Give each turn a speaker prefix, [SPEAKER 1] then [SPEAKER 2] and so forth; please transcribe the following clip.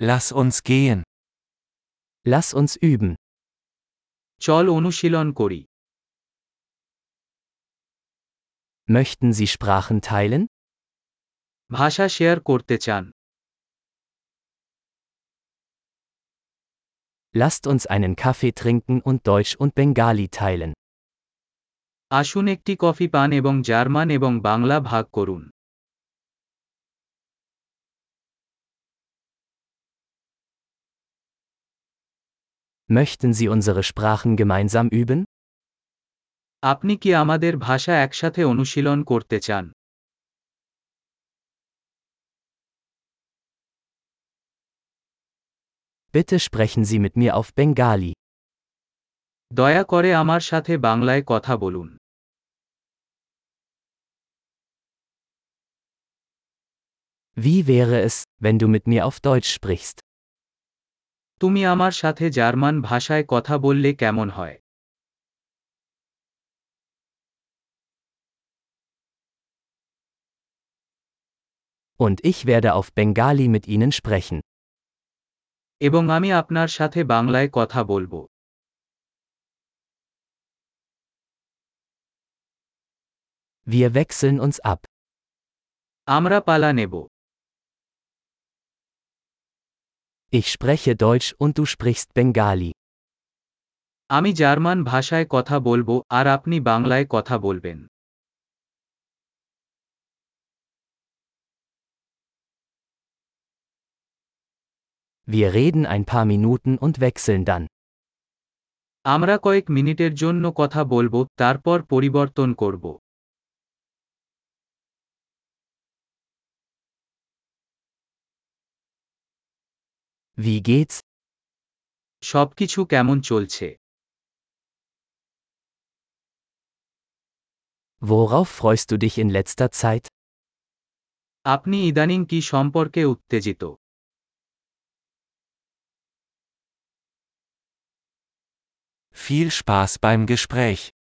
[SPEAKER 1] Lass uns gehen.
[SPEAKER 2] Lass uns üben.
[SPEAKER 3] চল অনুশীলন করি
[SPEAKER 2] Möchten Sie Sprachen teilen?
[SPEAKER 3] ভাষা শেয়ার করতে চান
[SPEAKER 2] Lasst uns einen Kaffee trinken und Deutsch und Bengali teilen.
[SPEAKER 3] আসুন একটি কফি পান এবং জার্মান এবং বাংলা ভাগ করুন
[SPEAKER 2] Möchten Sie unsere Sprachen gemeinsam üben?
[SPEAKER 3] আপনি কি আমাদের ভাষা একসাথে অনুশীলন করতে চান
[SPEAKER 2] Bitte sprechen Sie mit mir auf Bengali.
[SPEAKER 3] দয়া করে আমার সাথে বাংলায় কথা বলুন
[SPEAKER 2] Wie wäre es, wenn du mit mir auf Deutsch sprichst?
[SPEAKER 3] তুমি আমার সাথে জার্মান ভাষায় কথা বললে কেমন হয়
[SPEAKER 2] Und ich werde auf Bengali mit Ihnen sprechen.
[SPEAKER 3] এবং আমি আপনার সাথে বাংলায় কথা বলবো
[SPEAKER 2] Wir wechseln uns ab.
[SPEAKER 3] আমরা পালা নেব
[SPEAKER 2] Ich spreche Deutsch und du sprichst Bengali.
[SPEAKER 3] আমি জার্মান ভাষায় কথা বলবো আর আপনি বাংলায় কথা বলবেন
[SPEAKER 2] Wir reden ein paar Minuten und wechseln dann.
[SPEAKER 3] আমরা কয়েক মিনিটের জন্য কথা বলবো তারপর পরিবর্তন করব
[SPEAKER 2] Wie geht's?
[SPEAKER 3] সবকিছু কেমন চলছে
[SPEAKER 2] Worauf freust du dich in letzter Zeit?
[SPEAKER 3] আপনি ইদানিং কি সম্পর্কে উত্তেজিত
[SPEAKER 1] Viel Spaß beim Gespräch.